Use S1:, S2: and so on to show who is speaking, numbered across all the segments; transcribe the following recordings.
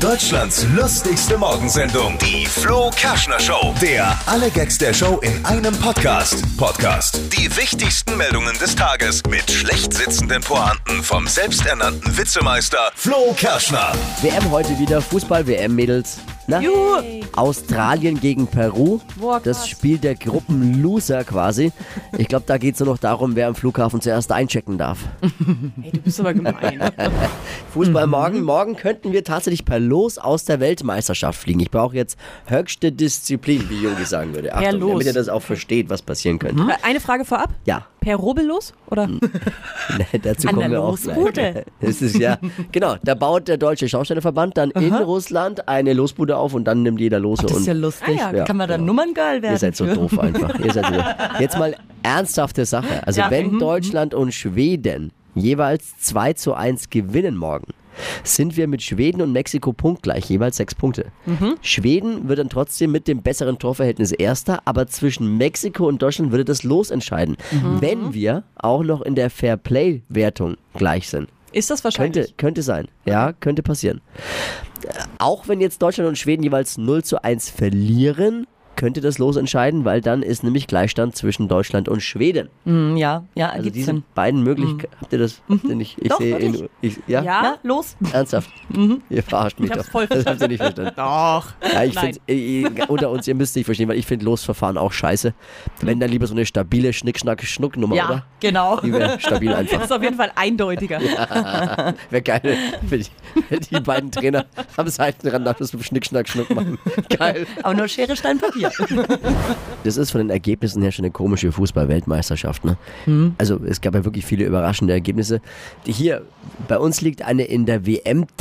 S1: Deutschlands lustigste Morgensendung, die Flo Kerschner Show. Der alle Gags der Show in einem Podcast. Podcast. Die wichtigsten Meldungen des Tages mit schlecht sitzenden Pointen vom selbsternannten Witzemeister Flo Kerschner.
S2: WM heute wieder, Fußball-WM, Mädels. Na?
S3: Juhu.
S2: Australien gegen Peru.
S3: Boah,
S2: das
S3: krass.
S2: Spiel der Gruppenloser quasi. Ich glaube, da geht es nur noch darum, wer am Flughafen zuerst einchecken darf.
S3: Ey, du bist aber gemein.
S2: Fußball
S3: Mhm.
S2: morgen. Morgen könnten wir tatsächlich per Los aus der Weltmeisterschaft fliegen. Ich brauche jetzt höchste Disziplin, wie Yogi sagen würde. Achtung,
S3: Los.
S2: damit ihr das auch versteht, was passieren könnte.
S3: Eine Frage vorab.
S2: Ja, Mm.
S3: Per Robellos? Oder?
S2: Ne, Dazu kommen wir auch
S3: An der Losbude.
S2: gleich. Das ist ja, genau, da baut der Deutsche Schaustellerverband dann in Russland eine Losbude auf und dann nimmt jeder Lose
S4: Das
S2: und
S4: ist ja lustig.
S3: Ah ja,
S2: Ja, genau.
S4: Kann man dann nummerngeil werden?
S2: ihr seid so
S4: für?
S2: doof einfach. Ihr seid so doof. Jetzt mal ernsthafte Sache. Also
S3: Ja,
S4: Mhm.
S2: wenn Deutschland und Schweden jeweils 2 zu 1 gewinnen morgen, sind wir mit Schweden und Mexiko punktgleich, jeweils sechs Punkte.
S4: Mhm.
S2: Schweden wird dann trotzdem mit dem besseren Torverhältnis Erster, aber zwischen Mexiko und Deutschland würde das Los entscheiden,
S4: Mhm.
S2: wenn wir auch noch in der Fairplay-Wertung gleich sind.
S3: Ist das
S2: Könnte,
S3: wahrscheinlich?
S2: könnte sein. Ja, könnte passieren. Äh, Auch wenn jetzt Deutschland und Schweden jeweils 0 zu 1 verlieren, könnte das Los entscheiden, weil dann ist nämlich Gleichstand zwischen Deutschland und Schweden.
S4: Hm, ja, ja,
S2: Also
S4: ergibt
S2: diese
S4: Sinn.
S2: beiden Möglichkeiten. Habt ihr das? Habt ihr nicht? Ich
S4: Doch,
S2: sehe in,
S4: wirklich.
S2: ich, ja?
S4: Ja, los.
S2: Ernsthaft? Ihr verarscht mich
S3: Ich
S2: doch.
S3: hab's voll
S2: das habt ihr nicht verstanden.
S3: Doch.
S2: Ja, ich
S3: Nein.
S2: find's, äh, äh, unter uns, ihr müsst nicht verstehen, weil ich finde Losverfahren auch scheiße. Wenn dann lieber so eine stabile Schnick-Schnack-Schnuck-Nummer,
S4: Ja,
S2: oder?
S4: genau.
S2: Die wäre stabil einfach.
S3: Das ist auf jeden Fall eindeutiger.
S2: Wäre geil, wenn die, wenn die beiden Trainer am Seitenrand nach dem Schnick, Schnack, Schnuck machen. Geil.
S4: Aber nur Schere, Stein, Papier.
S2: Das ist von den Ergebnissen her schon eine komische Fußball-Weltmeisterschaft. Ne? Also es gab ja wirklich viele überraschende Ergebnisse. Die hier, bei uns liegt eine in der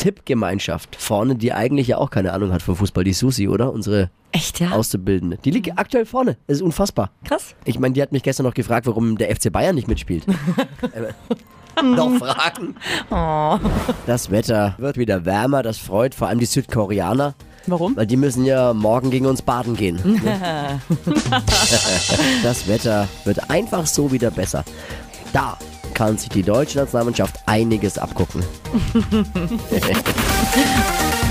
S2: WM-Tipp-Gemeinschaft vorne, die eigentlich ja auch keine Ahnung hat von Fußball, die Susi, oder? Unsere
S4: Echt, ja?
S2: Auszubildende. Die liegt aktuell vorne. Das ist unfassbar.
S4: Krass.
S2: Ich meine, die hat mich gestern noch gefragt, warum der FC Bayern nicht mitspielt. Äh, noch Fragen? Das Wetter wird wieder wärmer, das freut vor allem die Südkoreaner,
S3: Warum?
S2: weil die müssen ja morgen gegen uns baden gehen. ne? das Wetter wird einfach so wieder besser. Da kann sich die deutsche Nationalmannschaft einiges abgucken.